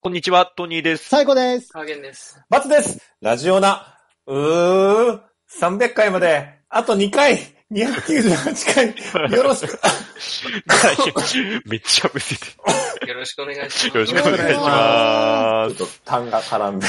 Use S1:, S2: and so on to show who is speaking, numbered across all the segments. S1: こんにちは、トニー です。
S2: 最高です。
S3: 加減です。
S4: バツですラジオナうー !300 回まで、あと2回 !298 回よろしく
S1: めっちゃむせて。
S3: よろしくお願いします。
S1: よろしくお願いしま
S4: ちょっと単が絡んで。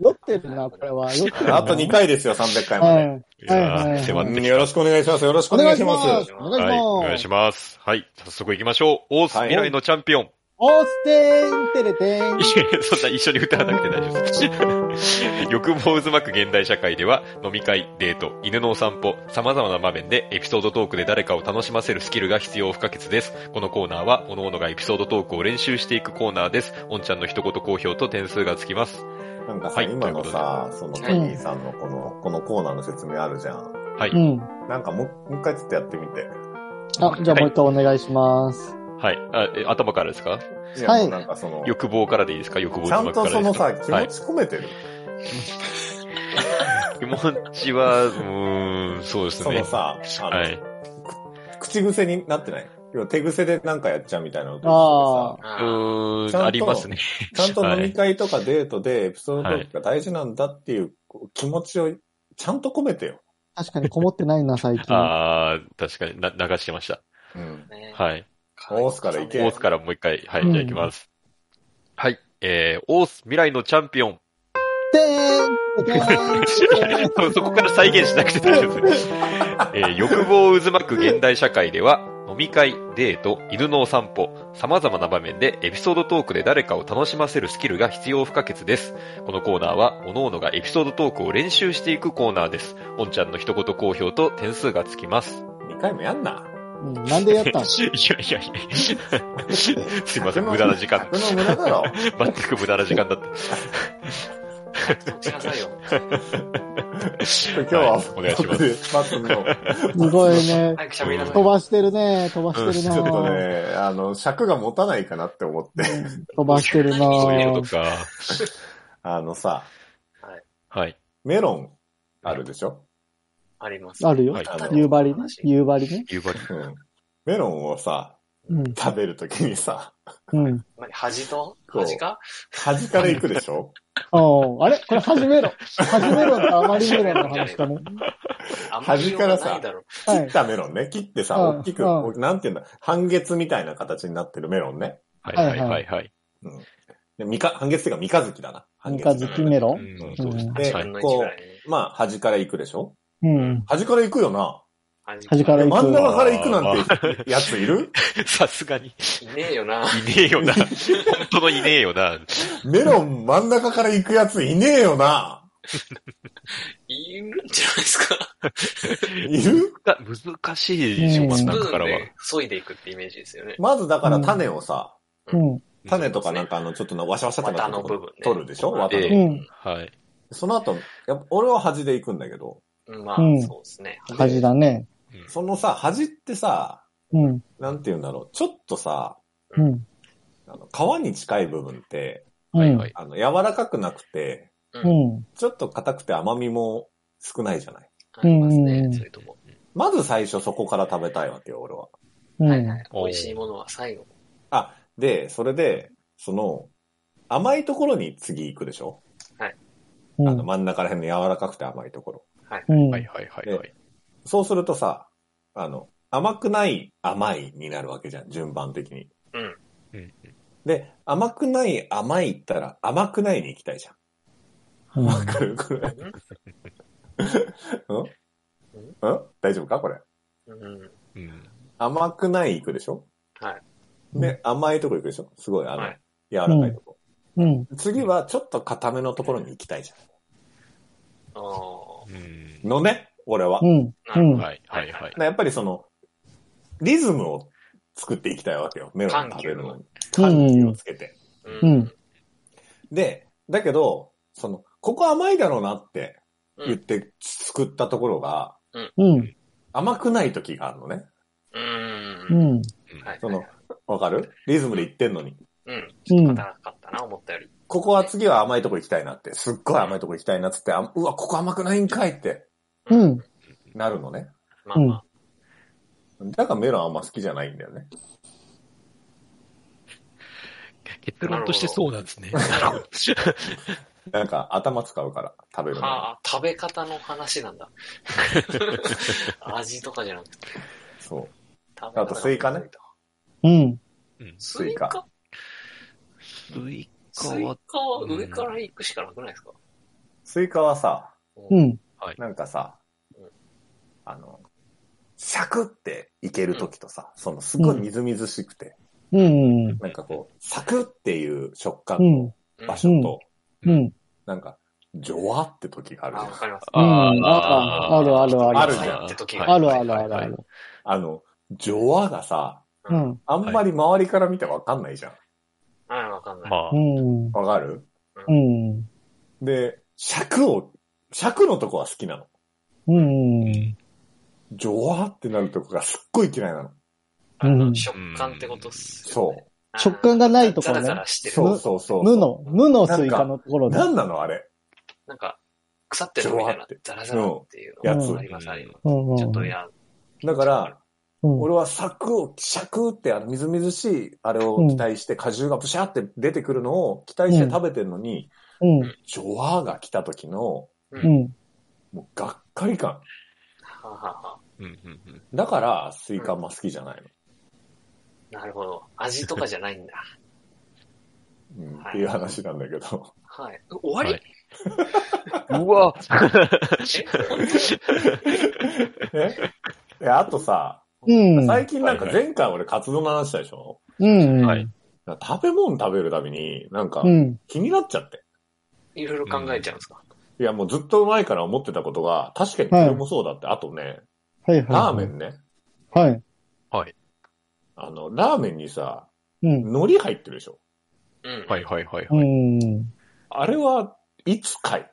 S2: 酔ってるな、これは。酔ってるな
S4: あと2。回ですよ、300回まで
S2: はい。
S1: す。いや
S2: はいはい
S1: ー迫って
S4: うん
S1: き
S4: よろしくお願いします。よろしく
S2: お
S4: お願
S2: 願い
S4: い
S2: し
S4: し
S2: ま。
S4: ますす。
S2: お
S1: た。はい、お
S2: 願
S1: 願
S2: い
S1: い
S2: し
S1: し
S2: ます。
S1: ます。はい、早速行きましょう。オース
S4: はい
S1: 未来のチャンピオン。
S2: オーステンテレテ
S1: い
S2: ン。
S1: やそんな一緒に歌わなくて大丈夫です。欲望渦巻く現代社会では、飲み会、デート、犬のお散歩、様々な場面でエピソードトークで誰かを楽しませるスキルが必要不可欠です。このコーナーは、各々がエピソードトークを練習していくコーナーです。おんちゃんの一言好評と点数がつきます。
S4: なんか
S1: は
S4: さ、
S1: い
S4: 今のさ、そのトニーさんのこの、このコーナーの説明あるじゃん。
S1: はい。
S2: うん。
S4: なんかもう、もう一回ちょっとやってみて。
S2: あ、じゃあもう一回お願いします。
S1: はい。あ、え頭からですか
S4: いや
S2: はい
S4: なんかその、ち
S1: 欲望からでいいですか欲望
S4: ゃ
S1: 渦
S4: ん
S1: 巻くか
S4: と
S1: ら
S4: そ
S1: で
S4: の
S1: すか
S4: さ、気
S1: は
S4: 持
S1: い
S4: ち込めてる。
S1: 気持ちは、うーん、そうです
S4: そ
S1: ね
S4: の。さ、あ
S1: は
S4: の
S1: い。
S4: 口癖になってない要は手癖でなんかやっちゃうみたいなのと一
S2: ああ
S4: 緒で。
S1: う
S3: あ
S1: ー
S4: ちゃ
S1: ん、
S4: んと
S1: ありますね。
S4: さちゃんと飲み会とかデートでエピソードトークが大事なんだっていうこう気持ちをちゃんと込めてよ。
S2: 確かにこもってないな、最近。
S1: あー、確かに、な、流してました。
S4: うん
S3: ー。ね
S1: はい。
S4: オースから行け
S1: オースからもう一回、はい、
S2: うん
S1: じゃあ行きます。はい。えー、オース未来のチャンピオン。
S2: てんてんてん
S1: そそこから再現しなくて大丈夫です。えー欲望渦巻く現代社会では、飲み会、デート、犬のお散歩、様々な場面でエピソードトークで誰かを楽しませるスキルが必要不可欠です。このコーナーは、各々がエピソードトークを練習していくコーナーです。おんちゃんの一言好評と点数がつきます。
S4: 2回もやんな。
S2: うんなんでやったん
S1: いやいやいやすいません、無駄な時間。
S4: 客の無駄だろ。
S1: 全く無駄な時間だった。
S3: そうしなさ いよ。
S4: 今日は、。
S1: お願いします
S4: マツの、
S2: すごいね。
S3: 早く喋りなさい。
S2: 飛ばしてるね。飛ばしてる
S4: ちょっと
S2: な。
S4: ね、あの、尺が持たないかなって思って。
S2: 飛ばしてるな。
S1: そういう
S2: は
S1: ことか。
S4: あのさ、
S1: はい。
S4: メロンあるでしょ
S3: あります。
S2: あるよ
S1: はい。
S4: あの
S2: 夕張ね。夕張ね。
S1: 夕張。
S4: うん。メロンをさ、
S2: うん。
S4: 食べるときにさ、
S2: うん。
S3: 何端と
S4: こう
S3: 端か
S4: 端から行くでしょ
S2: おーあれこれ始めろ。始めろとあまりメロンの話かね。
S3: あんまり用がないだろ。
S2: は
S4: 切
S2: い
S4: っ。たメロンね。切ってさ、
S2: うん
S4: 大きく、
S2: うん
S4: おなんていうんだ、半月みたいな形になってるメロンね。
S1: はい
S2: は
S1: はいい
S2: はい
S1: はいはい。
S4: でみか、半月っていうか三日月だな。半
S2: 三
S4: 月
S2: 日月メロ
S1: う
S2: ン
S1: ん、そうですね。
S4: で
S1: はい
S3: 分の1ぐらいね。
S4: まあ、端から行くでしょ
S2: うん。
S4: 端から行くよな。
S2: 端から行く
S4: 真ん中から行くなん てやついる
S1: さすがに。い
S3: いねえよな。
S1: ねえ よな。本当のいねえよな。
S4: メロン真ん中から行くやついねえよな。
S3: いるんじゃないですか。
S4: いる
S1: が難しいでしょ、
S2: うん
S1: 真ん
S3: スプ
S1: 中から
S3: ーン
S1: は。
S3: で削いでいくってイメージですよね。
S4: まずだから種をさ、
S2: うん。
S4: 種とかなんかあの、ちょっとなワシャワシャってな
S3: 綿の
S4: ってるとこ
S3: 部分ね。
S4: 取るでしょ綿
S1: の部
S2: う
S1: 分
S2: ん。
S1: はい。
S4: その後、やっぱ俺は端で行くんだけど、
S3: うんまあ
S2: うん、
S3: そうですね。
S2: 端だね。
S4: そのさ、端ってさ、
S2: うん。
S4: なんて言うんだろう、ちょっとさ、
S2: うん。
S4: あの皮に近い部分って、
S2: う
S1: はい
S2: ん。
S1: はい。
S4: あの、柔らかくなくて、
S2: うん。
S4: ちょっと硬くて甘みも少ないじゃない。
S3: あります
S2: うんうんう
S3: ね
S2: ん。
S3: そういうとこ。
S4: まず最初そこから食べたいわけよ、俺は。
S2: う
S3: はい
S2: ん
S3: は。い。美味しいものは最後。
S4: あ、で、それで、その、甘いところに次行くでしょ、
S2: う
S4: あの
S2: ん。
S4: 真ん中ら辺の柔らかくて甘いところ。
S2: うん
S1: はいはいはいはい。
S4: そうするとさ、あの、甘くない甘いになるわけじゃん、順番的に。
S3: うん
S1: うん
S4: で、甘くない甘いったら甘くないに行きたいじゃ。
S2: うんん
S4: わかるこれ。んん大丈夫かこれ。
S3: うん。
S1: うん。
S4: 甘くない行くでしょ
S3: はい。
S4: で、甘いとこ行くでしょすごい、あの、
S3: はい
S4: 柔らかいとこ。
S2: うん。
S4: 次はちょっと固めのところに行きたいじ
S3: あー
S1: うん
S4: ゃん。のね、俺は。
S2: うん。うん。
S1: はいはいはい。
S4: やっぱりその、リズムを作っていきたいわけよ。メロン食べるのに。
S2: 緩急を
S4: 緩急をつけて。
S2: う
S3: うんん。
S4: で、だけど、その、ここ甘いだろうなって
S3: う
S4: 言
S3: ん。
S4: って作ったところが、
S2: うん。
S4: 甘くない時があるのね。
S3: うん。
S2: うん。
S3: はい。
S4: その、わかるリズムで言ってんのに。
S3: うん。
S2: うん
S3: 勝たなかったな、思ったより。
S4: ここは次は甘いとこ行きたいなって。すっごい甘いとこ行きたいなっつって、あうわ、ここ甘くないんかいって
S2: うん。
S4: なるのね。
S3: まあまあ。
S4: だからメロンあんま好きじゃないんだよね。
S5: 結論としてそうなんですね。
S4: なんか頭使うから、食べるの。
S3: はあ、食べ方の話なん だ。味とかじゃなくて。
S4: そう。
S3: 食べ方
S4: あとスイカね。
S2: うん。
S3: スイカ
S5: スイカ
S3: スイ
S5: は、
S3: カは上から行くしかなくないですか
S4: スイカはさ、
S2: う
S3: うん
S2: ん。
S4: なんかさ
S3: うん、
S4: あの、シャクっていけるときとさ、そのすごいみずみずしくて、
S2: うん。
S4: なんかこう、サクっていう食
S2: う
S4: 感
S2: ん
S4: の。場所と、
S2: うん。
S4: なんか、ジョワって時があ
S3: あ、
S4: るじゃん
S3: わかります。
S1: あ
S2: うん
S1: あ
S2: あるあるある
S4: あるじゃん
S3: って時が
S2: あるあるあるある。
S4: あの、ジョワがさ、
S2: う
S3: うん。
S2: ん。
S4: あんまり周りから見てわかんないじゃん。
S3: はい、わかんな い。
S1: まあ
S2: う、ん。
S4: わかる
S2: うん。
S4: で、尺を、尺のとこは好きなの。
S2: うん。
S5: うん
S4: ジョワってなるとこがすっごい嫌いなの。
S3: あの
S2: うん
S3: 食感ってことっすよ
S4: そ
S3: ね。
S4: う。
S3: あー
S2: 食感がないとこね
S3: ザラザラしてる。
S4: そうそうそう。
S2: 無の、無のスイカのところで。
S4: なんなのあれ。
S3: なんか、腐ってるみたい
S4: ジョワ
S3: な
S4: って、
S3: ザラザラっていうのがあります、あります。
S2: うん。
S3: ちょっと嫌。
S4: だから、
S2: うん
S4: 俺はサクを、シャクってあのみずみずしい、あれを期待して、果汁がブシャって出てくるのを期待して食べてるのに、
S2: うん。
S4: ジョワが来た時の、
S2: うん。
S4: もうがっかり感。
S3: はあはあはあ
S1: うんうんうん。
S4: だから、スイカあんま好きじゃない
S3: なるほど。味とかじゃないんだ。
S4: の。うん、っていう話なんだけど。
S3: はい。終わり、
S1: は うわ
S4: ええあとさ、
S2: うん。
S4: 最近なんか前回俺活動の話したでしょ、
S2: うん。
S1: はい。
S4: なんか食べ物食べるたびに、なんか
S2: うん。
S4: 気になっちゃって。
S3: いろいろ考えちゃうんですか、
S4: いや、もうずっと前から思ってたことが、確かにこれもそうだって。あとね、
S2: はいはい。
S4: ラーメ。ンね。
S2: はい。
S4: あの、ラーメンにさ、
S2: うん。
S4: 海苔入ってるでしょ
S3: うん、
S1: はいはいはいはい。
S2: うん。
S4: あれはいつかい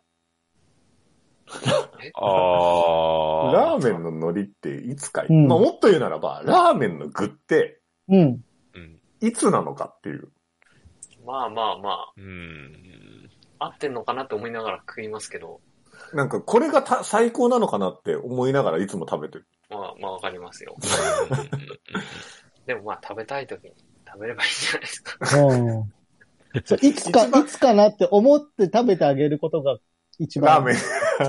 S3: え
S1: ああ。
S4: ラーメンの海苔っていつかい、
S2: うん
S4: まあもっと言うならば、ラーメンの具って
S2: うん。
S1: うん。
S4: いつなのかっていう。
S3: まあまあま
S1: うん。
S3: あ、合ってんのかなって思いながら食いますけど、
S4: なんかこれがた最高なのかなって思いながらいつも食べてる。
S3: まあまあわかりますよ。
S1: うん
S3: でもまあ食べたい時に食べればいいんじゃないですか。
S2: うんそういつか、
S4: 一番
S2: いつかなって思って食べてあげることが一
S4: ラ
S2: 番
S4: ーメン。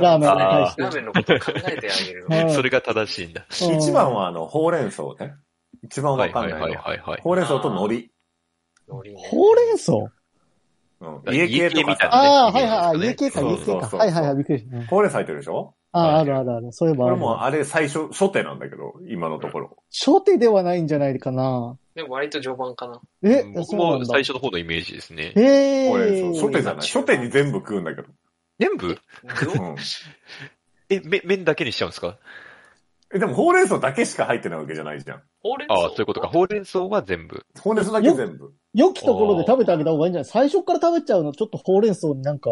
S2: ラーメンに 対して。
S3: ラーメンのことを考えてあげるのが。
S2: うん
S1: それが正しいんだ。
S2: うん
S4: 一番はあの、ほうれん草ね。一番
S1: は
S4: わ
S1: い
S4: かん
S1: はい
S4: ないのは。
S1: はいはいはい。
S4: ほうれん草と海
S3: 海苔ね
S2: ほうれん草
S4: 苔。
S1: だ
S4: うん、家系
S1: 家系
S4: とか
S1: みたい
S4: さ
S1: な
S2: ああ、はいはいはい。家系か、
S1: そう
S2: 家
S1: そう
S2: 系
S4: そう
S2: か。はいはいはい、びっくりした。
S4: ほうれん草入ってるでしょ
S2: あ
S1: は
S2: あ、
S1: い
S2: あるあるある。そういえば
S4: こ
S2: あ
S4: れ
S2: る。
S4: もうあれ最初、初手なんだけど、今のところ。
S2: 初手ではないんじゃないかな。
S3: でも割と序盤 かな。
S2: え、
S1: 僕
S2: そうな
S1: も
S2: んだ
S1: 最。初の方のイメージですね。
S2: へえ。
S4: ほうれん草。初手じゃない。
S3: 中
S4: 初手に全部食うんだけど。
S1: 全部
S4: うん。
S1: え、め、麺だけにしちゃうんですか
S4: え、でもほうれん草だけしか入ってないわけじゃないじゃん。
S3: ほうれん草
S1: ああ、そういうことか。ほうれん草は全部。
S4: ほうれん草だけ全部。
S2: 良きところで食べてあげた方がいいんじゃない最初から食べちゃうの、ちょっとほうれん草になんか。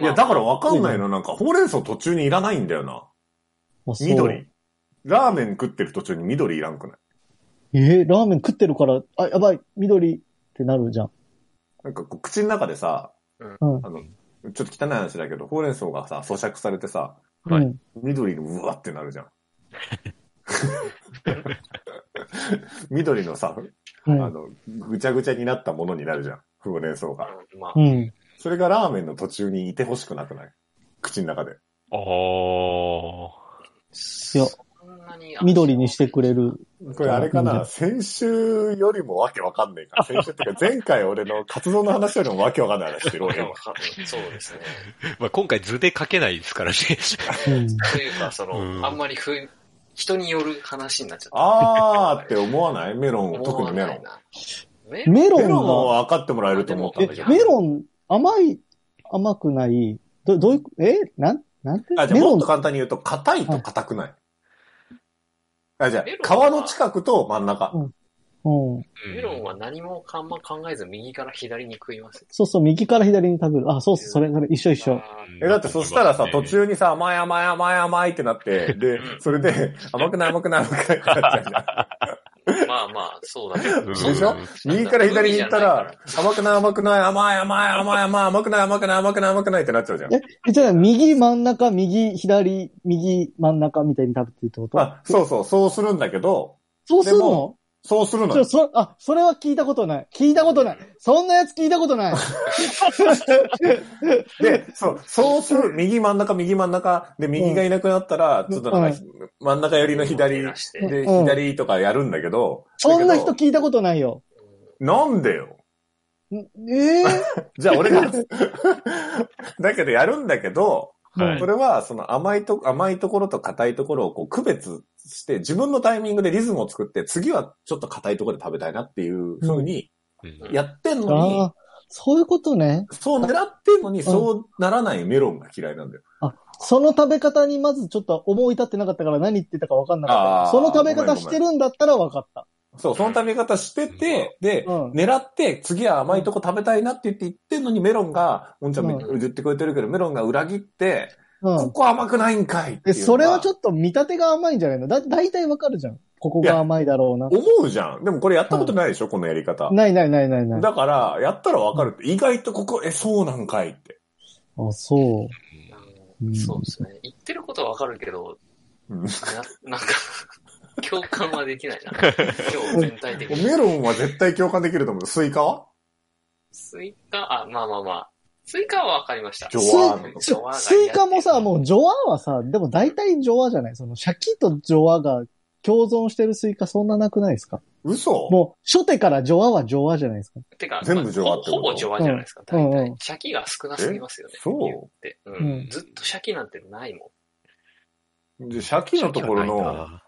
S4: いや、だからわかんないの。なんか、ほうれん草途中にいらないんだよな。
S2: あそう
S4: 緑。ラーメン食ってる途中に緑いらんくない
S2: えーラーメン食ってるから、あ、やばい、緑ってなるじゃん。
S4: なんかこう、口の中でさ、
S2: うん
S4: あの、ちょっと汚い話だけど、ほうれん草がさ、咀嚼されてさ、
S2: う
S1: はい
S2: ん。
S4: 緑のうわってなる じゃん。緑のさ、
S2: う
S4: あ
S2: ん。
S4: の、ぐちゃぐちゃになったものになるじゃん。ほうれん草が。
S3: うんまあ
S2: う、ん。
S4: それがラーメンの途中にいてほしくなくない口の中で。
S1: ああ。
S3: そんなに
S2: 緑にしてくれる。
S4: これあれか
S2: う
S4: な、
S2: ん
S4: 先週よりもわけわかんねえ から。先週っていうか、前回俺の活動の話よりもわけわかん ない話してる
S3: わ
S4: 俺
S3: けわ
S4: は。
S3: かんないそうですね。
S1: まあ今回図で書けないですからね。
S2: うん。
S3: というか、その、
S1: うん
S3: あんまりふ人による話になっちゃった。
S4: あーって思わないメロン、
S3: 思
S4: 特に
S3: わ
S4: メ
S3: な
S4: ロ
S3: い
S4: ン。
S3: な。メ
S2: メロ
S4: メロン
S2: ンが
S4: は分かってもらえると思ったん
S2: え
S4: だけ、ど。
S2: メロン、甘い、甘くない、ど、どういう、えなん、なんて
S4: あ、じゃあ
S2: メロ
S4: もっ
S2: ン
S4: と、簡単に言うと、硬いと硬くない。あ、じゃあ
S3: メロン、は
S4: 皮の近くと真ん中。
S2: うん。
S1: うん
S3: メロンは何もあんま考えず右から左に食います。
S2: そうそう、右から左に食べる。あ、そうそう、それ、それ、一緒一緒。
S3: あー
S4: え、だってそしたらさ
S1: う、ん
S4: 途中にさ、甘い甘い甘い甘いってなって、で、それで、甘くない甘くない甘くないってなっちゃうじゃん。
S3: まあまあ、そうだね。
S1: うん
S4: でしょ右から左に行ったら、甘くない甘くない甘い甘い甘い甘い甘くない甘くない甘くない甘くないってなっちゃうじゃん。
S2: え、えじゃあ、右真ん中、右左、右真ん中みたいに食べてるってこと
S4: あ、そうそう、そうするんだけど、
S2: そうする
S4: で
S2: の
S4: もそうするの
S2: ちょ、
S4: よ。
S2: そ、あ、それは聞いたことない。聞いたことない。そんなやつ聞いたこと ない。
S4: で、そう、そうする。右真ん中、右真ん中。で、右がいなくなったら、ちょっとなんか、真ん中寄りの左、で、
S3: う
S2: うん
S4: 左とかやるんだけど。
S2: そんな
S4: だけ
S2: 人
S4: ど
S2: 聞いたことないよ。
S4: なんでよ。
S2: んええ
S4: じゃあ 俺が。だけどやるんだけど、
S1: はい
S4: それはその甘いと、甘いところと硬いところをこう区別して、自分のタイミングでリズムを作って、次はちょっと硬いところで食べたいなっていう風に
S1: うん
S4: やってんのに、
S2: ああ、そういうことね。
S4: そう狙ってんのに、そうならないメロンが嫌いなんだよ。
S2: その食べ方にまずちょっと思い立ってなかったから何言ってたか分かんなかっ
S4: あー
S2: た。その食べ方してるんだったら分かった。
S4: そう、その食べ方してて、で、
S2: うん
S4: 狙って、次は甘いとこ食べたいなって言って言ってんのに、メロンが、もんちゃん
S2: う
S4: 言ってくれてるけど、メロンが裏切って、
S2: う
S4: こ
S2: ん。
S4: こ甘くないんかいって
S2: で、
S4: いうのが。
S2: それはちょっと見立てが甘いんじゃないのだ、だいたい分かるじゃん。ここが甘いだろうな。
S4: 思うじゃん。でもこれやったことないでしょ、このやり方。
S2: ないないないないない。
S4: だから、やったらわかるって。意外とここ、え、そうなんかいって。
S2: あ、そう。
S3: んそうですね。言ってることはわかるけど、
S4: うん
S3: ななんか、共感はできない な。今日全体的に。
S4: メロンは絶対共感できると思う。スイカは
S3: スイカ、あ、まあまあまあ。スイカはわかりました。
S4: ジョ
S2: ス
S4: ワーン
S3: ジョワが嫌
S2: スイカもさ、もうジョアはさ、でも大体ジョアじゃないそのシャキとジョアが共存してるスイカそんななくないですか
S4: 嘘
S2: もう初手からジョアはジョアじゃないですか。
S3: てか、
S4: 全部ジョワってこと
S3: ほほぼジョワじゃないですか。
S2: うん
S3: 大体、
S2: うん
S3: シャキが少なすぎますよね
S4: え。そう
S3: 言って、うん
S2: うん
S3: ずっとシャキなんてないも
S4: で、シャキのところの
S3: ん。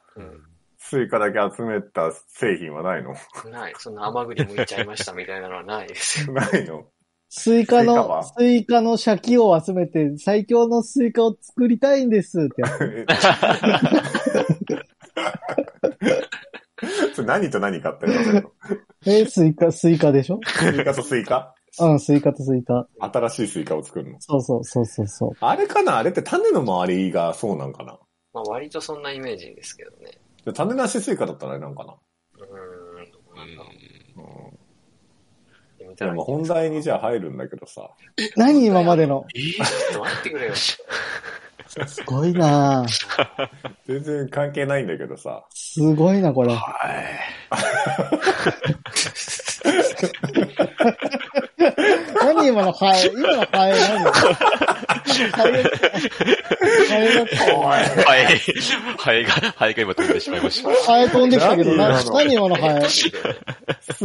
S4: スイカだけ集めた製品はないの
S3: うん、ない。そんな甘栗むいちゃいましたみたいなのはないですよ。
S4: ないの
S2: スイカ
S4: スイカは
S2: の、スイカのシャキを集めて最強のスイカを作りたいんですってやつ。
S4: え それ何と何かって言われる
S2: え、スイカ、スイカでしょ
S4: のスイカとスイカ
S2: うん、スイカとスイカ。
S4: 新しいスイカを作るの。
S2: そうそうそうそうそう。
S4: あれかなあれって種の周りがそうなんかな
S3: まあ割とそんなイメージですけどね。
S4: で種なしスイカだったらあれなんかな
S3: うーん、ど うなんだろ
S4: うん。
S3: う。見
S4: で
S3: たらいいんじゃないですか
S4: も本題にじゃあ入るんだけどさ。
S2: 何今までの。
S5: えー
S3: ちょっと待って くれよ。
S2: すごいなぁ
S4: 全然関係ないんだけどさ。
S2: すごいな、これ。
S5: はい。
S2: 何今のハエ今のハエ何ハエハエだった。
S1: ハエ、ハエが、ハエが今飛んでしまいました。
S2: ハエ飛んできたけど、な
S4: 何
S2: 何今のハエ
S4: す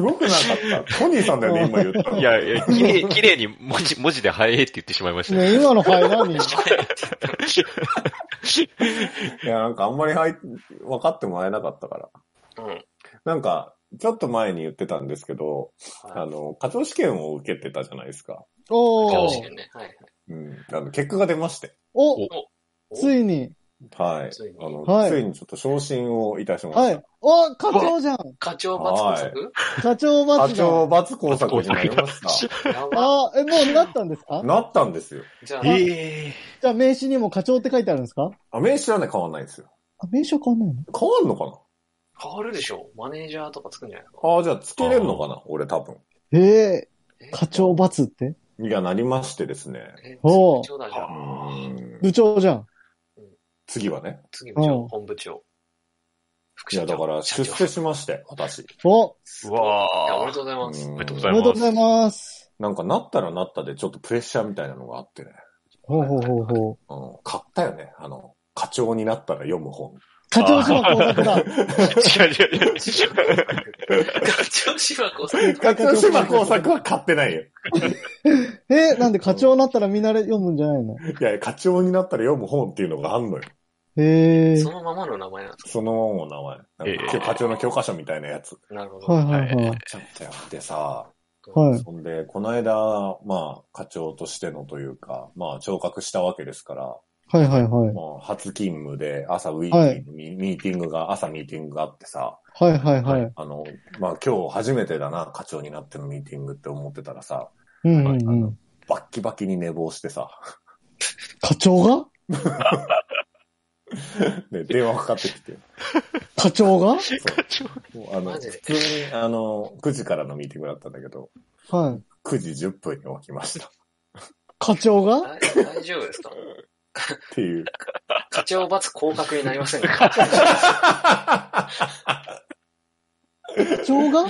S4: ごくなかった。トニーさんだよね、今言ったの。
S1: いや、いや、綺麗、綺麗に文字、文字でハエって言ってしまいましたね。
S2: ね今のハエ何
S4: いや、なんかあんまりはい分かってもらえなかったから。
S3: うん。
S4: なんか、ちょっと前に言ってたんですけど、あ
S3: はい
S4: の、課長試験を受けてたじゃないですか。
S2: お
S3: 確
S2: ー
S3: かにね。はいはい。
S4: うん。あの、結果が出まして。
S2: お
S1: お
S2: ついに。
S4: はい。
S3: ついに
S4: あの、
S2: はい
S4: ついにちょっと昇進をいたしました。
S2: はい。お課長じゃん
S3: 課長罰工作
S2: 課長
S4: 課
S2: 罰
S4: 長
S2: が。
S4: 罰工作になりました。
S3: やば。
S2: あーえ、もうなったんですか
S4: なったんですよ。
S3: じゃあ、
S5: え
S2: じゃあ名刺にも課長って書いてあるんですか
S4: あ、名刺はね、変わんないんですよ。
S2: あ、名刺は変わんないの
S4: 変わんのか
S3: 変わるでしょマネージャーとかつくんじゃないの
S4: なああ、じゃあ、つけれるのかな俺多分。
S2: え
S3: え
S2: ー、課長罰って
S4: いや、なりましてですね。
S3: え
S2: おう
S3: 部長だじゃん。
S4: うん
S2: 部長じゃん。
S4: 次はね。
S3: 次部
S2: うん
S3: 長、本部長。副
S4: いや、だから、出世しまして、私。
S2: お
S1: う
S3: いやお
S1: わ
S3: めで
S1: ー
S3: とうございます。
S4: お
S1: めでとうご
S2: お
S1: ざい
S2: めでとうございます。
S4: なんかなったらなったでちょっとプレッシャーみたいなのがあってね。
S2: ほうほうほうほう。
S4: うん、買ったよね。あの、課長になったら読む本。
S2: 課長島工作だ。
S1: 違 う違う違う
S3: 課長芝子さん。
S4: 課長 島工作は買ってないよ。
S2: え、なんで課長になったらみんな読むんじゃないの
S4: いや、課長になったら読む本っていうのがあんのよ。
S2: へえ
S3: そ。のままの名前なんです
S4: その本の名前。なんか
S1: ええ
S4: 今日課長の教科書みたいなやつ。
S3: かなるほど。
S2: はいはいはい。
S4: ちゃったよ。でさ、
S2: はい。
S4: そんで、この間、まあ、課長としてのというか、まあ、聴覚したわけですから、
S2: はいはいはい。
S4: まあ、初勤務で朝ウィーティング、ミーティングが、朝ミーティングがあってさ、
S2: はいはいはい。
S4: あの、まあ、今日初めてだな、課長になってのミーティングって思ってたらさ、
S2: うんうんうん。
S4: バッキバキに寝坊してさ、
S2: 課長が
S4: で、電話かかってきて、
S2: 課長が
S4: もうあの、
S3: マ
S4: 普
S3: ジで
S4: 通に、あの、9時からのミーティングだったんだけど、
S2: はい。
S4: 9時10分に起きました。
S2: 課長が
S3: 大大丈夫ですか
S4: っていう。
S3: 課長罰降格になりませんか
S2: 情が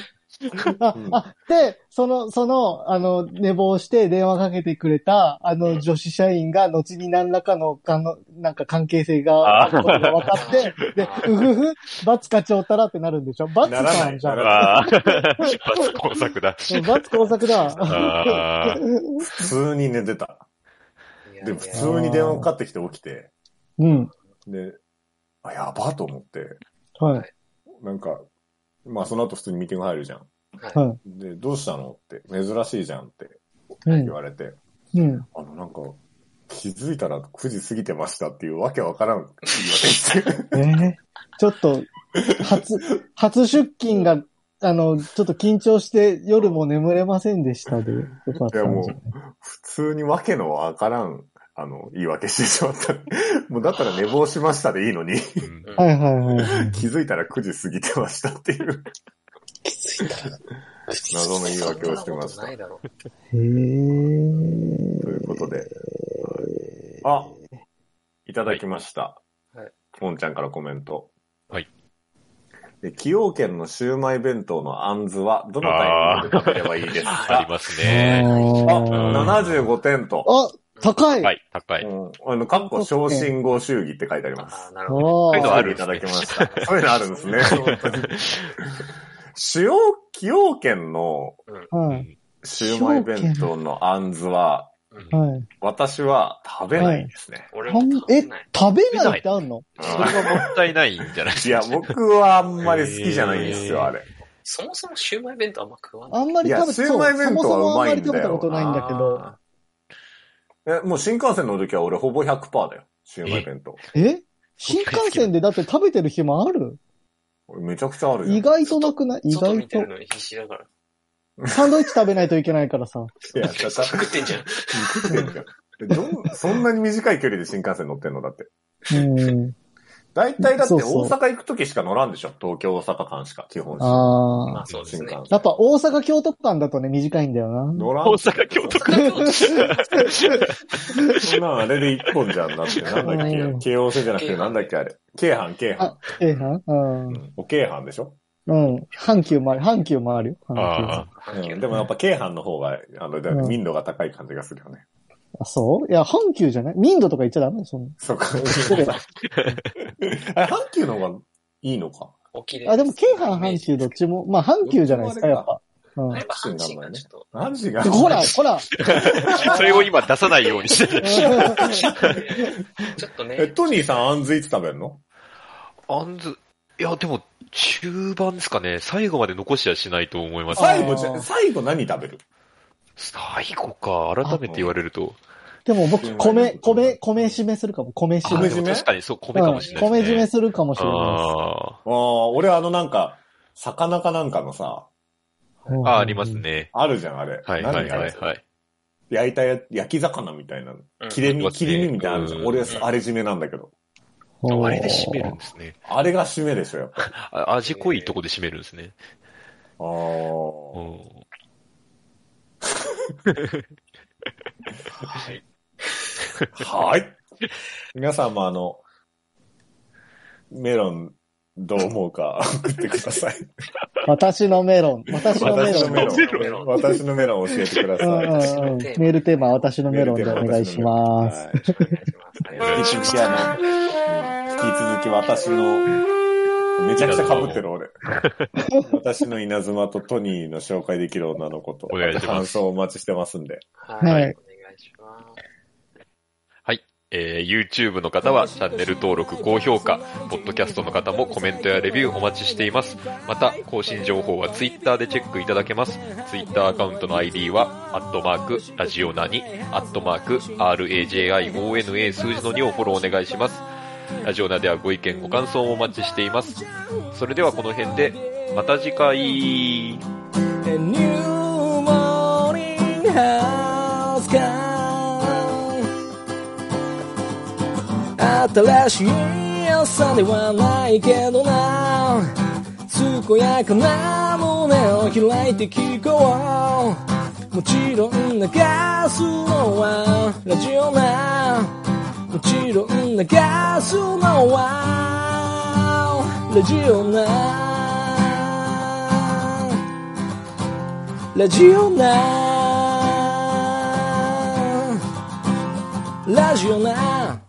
S2: あ
S4: う、ん
S2: あ、で、その、その、あの、寝坊して電話かけてくれた、あの、女子社員が、後に何らかの、かの、なんか関係性が、
S1: あ
S2: あることが分かって、で、うふふ、バツ課長たらってなるんでしょバツ
S4: なら
S2: さ
S4: なんい
S2: じゃん。バ
S1: ああ、 一発工作だ。
S2: ツ工作だ。
S1: ああ、
S4: 普通に寝てた。
S3: いやい
S4: で、
S3: や
S4: 普通に電話かかってきて起きて、
S2: うん。
S4: で、あ、やばと思って、
S2: はい。
S4: なんか、まあその後普通にミーティング入るじゃん。
S2: は
S4: で、どうしたのって、珍しいじゃんって
S2: い。うん
S4: 言。われて、
S2: うん。
S4: あの、なんか、気づいたら9時過ぎてましたっていうわけわからん言い 訳して。
S2: ええちょっと、初、初出勤が、あの、ちょっと緊張して夜も眠れませんでしたで、よかったんじゃない
S4: 普通にわけのわからん、あの、言い訳してしまった。もうだったら寝坊しましたでいいのに、
S1: うん
S3: うん
S2: はいはいはいはい。
S4: 気づいたら9時過ぎてましたっていう。
S3: 気づいたら。
S4: 謎の言い訳をしてました
S3: そんなことないだろ
S2: へえ。
S3: う。
S4: ということで。あ、いただきました。
S3: はいはい
S4: ポンちゃんからコメント。
S1: はい。
S4: で、崎陽軒のシウマイ弁当のあんずは、どのタイミングで食べればいいです
S1: あ
S4: か
S1: ります
S2: あ
S1: ね。
S4: あ、
S2: ー
S4: 75点と。
S2: あ、高い。。
S1: はいい、高い。
S4: うん。あの、かっこ、小信号主義って書いてありま
S3: あ
S4: す
S3: あ、。なるほど。
S2: あ
S1: はいどうぞ
S2: あ。
S1: あるん
S4: い
S1: です
S4: た
S1: ね
S4: だきました。 そういうのあるんですね。
S3: そう
S4: 主要崎陽軒の
S1: う
S2: はい。
S1: ん
S4: シウマイ弁当のあんずは、
S3: うん
S2: はい。
S4: 私は食べないですね。
S3: 俺
S2: あ
S3: も
S2: ん
S3: 食べ
S2: え
S3: ない。、
S2: 食べないってあんの
S1: それはもったいないんじゃないで
S4: い
S1: す
S4: や
S1: か、。
S4: 僕はあんまり好きじゃないんです
S1: へ
S4: よ、
S1: ー
S4: あれ。
S3: そもそもシューマイ弁当あんま食わない。
S2: あんまり食べ
S4: いやシウマイ弁当はうま
S2: そうそもそもあんま
S4: いんだよ
S2: り食べたことないんだけど。
S4: あーえ、もう新幹線の時は俺ほぼ100%だよ。シウマイ弁当。
S2: え新幹線でだって食べてる暇ある
S4: 俺めちゃくちゃあるよ。
S2: 意外となくない意
S3: 外と。
S2: 外
S3: 見て
S2: と
S3: る。のに必死だから。
S2: サンドイッチ食べないといけないからさ。
S4: いや、ちゃちゃ
S3: 食ってんじゃん。
S4: 食ってんじゃん。でどんそんなに短い距離で新幹線乗ってんのだって。
S2: うん。
S4: 大体だって
S2: そう
S4: 大
S2: そう
S4: 阪行く時しか乗らんでしょ東京、大阪間しか、基本しか。
S2: ああ。
S3: まあそうですね
S4: 新。幹線
S2: やっぱ大阪京都間だとね、短いんだよな。
S4: 乗らん。
S1: 大阪京都か。
S4: そんなんあれで一本じゃんなって。なんだ
S2: う
S4: っ
S2: ん
S4: け京王線じゃなくてなんだっけあれ。京阪、京阪。
S2: あ、ええな。うん
S4: う。んお京阪でしょ
S2: うん。阪急回る。阪急回るよ。阪急
S1: ああ
S3: 阪急
S4: うんでもやっぱ京阪の方が、あの、だから民度が高い感じがするよね。
S2: あそういや、阪急じゃない民度とか言っちゃダメそん
S4: そうか。
S2: な。
S4: あれ、阪急の方がいいのか。
S3: 沖
S2: あ、でも、京阪、阪急どっちも、まあ、阪急じゃないですか、やっぱ。うん
S3: やっぱ阪神がちょっ と。
S4: 何時が。
S2: ほら、ほら。
S1: それを今出さないようにして。
S3: ちょっと
S4: え、
S3: ね、
S4: トニーさん、あんずいつ食べんの
S1: あんず、いや、でも、中盤ですかね。最後まで残しはしないと思います。
S4: 最後じ
S2: あー
S4: ゃ、最後何食べる
S1: 最後か。改めて言われると。
S2: でも僕、米、米、米締めするかも。米
S1: あ
S2: 締
S1: で
S2: め。
S1: も確かにそう、米か
S2: うん
S1: もしれない
S2: 米
S1: ですね。
S2: 締めするかもしれな
S1: あ
S4: ああ、俺あのなんか、魚かなんかのさ、
S2: いです。
S1: あ、あありますね。
S4: あるじゃん、あれ。
S1: はいはい
S4: 何あ
S1: は
S4: れ
S1: いはい。
S4: 焼いたや焼き魚みたいな。
S3: うん
S4: 切れ
S1: うん
S4: 身、切り身みたいなのあるじゃ。
S1: うんん
S4: 俺、あれ締めなんだけど。
S2: うん。
S1: あれで締めるんですね。
S4: あれが締めでしょ、や っぱ。あ
S1: あ味濃いとこで締めるんですね。
S4: あ
S1: う
S4: ー。
S1: ん
S4: はい。皆さんもあの、メロン、どう思うか 送ってください。
S2: 私のメロン。私のメロン。
S3: 私のメロン
S4: 私のメロン教えてくだ
S2: うんう
S4: さい。
S2: んうんメールテーマは私のメロンでお願いします。
S4: はい。
S3: お願いします。ありがとうご
S4: 引
S3: ざ
S4: き
S3: いま
S4: 続
S3: し
S4: きあの、引き続き私の、めちゃくちゃ被って る俺。私の稲妻とトニーの紹介できる女の子と、
S1: お願いします
S4: 感想お待ちしてますんで。
S3: た。
S2: い
S3: はい。お願いします。
S1: えー YouTube の方はチャンネル登録、高評価、Podcast の方もコメントやレビューお待ちしています。また、更新情報は Twitter でチェックいただけます。Twitter アカウントの ID は、アットマーク、ラジオナに、アットマーク、RAJIONA 数字の2をフォローお願いします。ラジオナではご意見、ご感想をお待ちしています。それではこの辺で、また次回。
S6: A new morning has come 新しい朝ではないけどな健やかな胸を開いて聞こうもちろん流すのはラジオなもちろん流すのはラジオなラジオなラジオな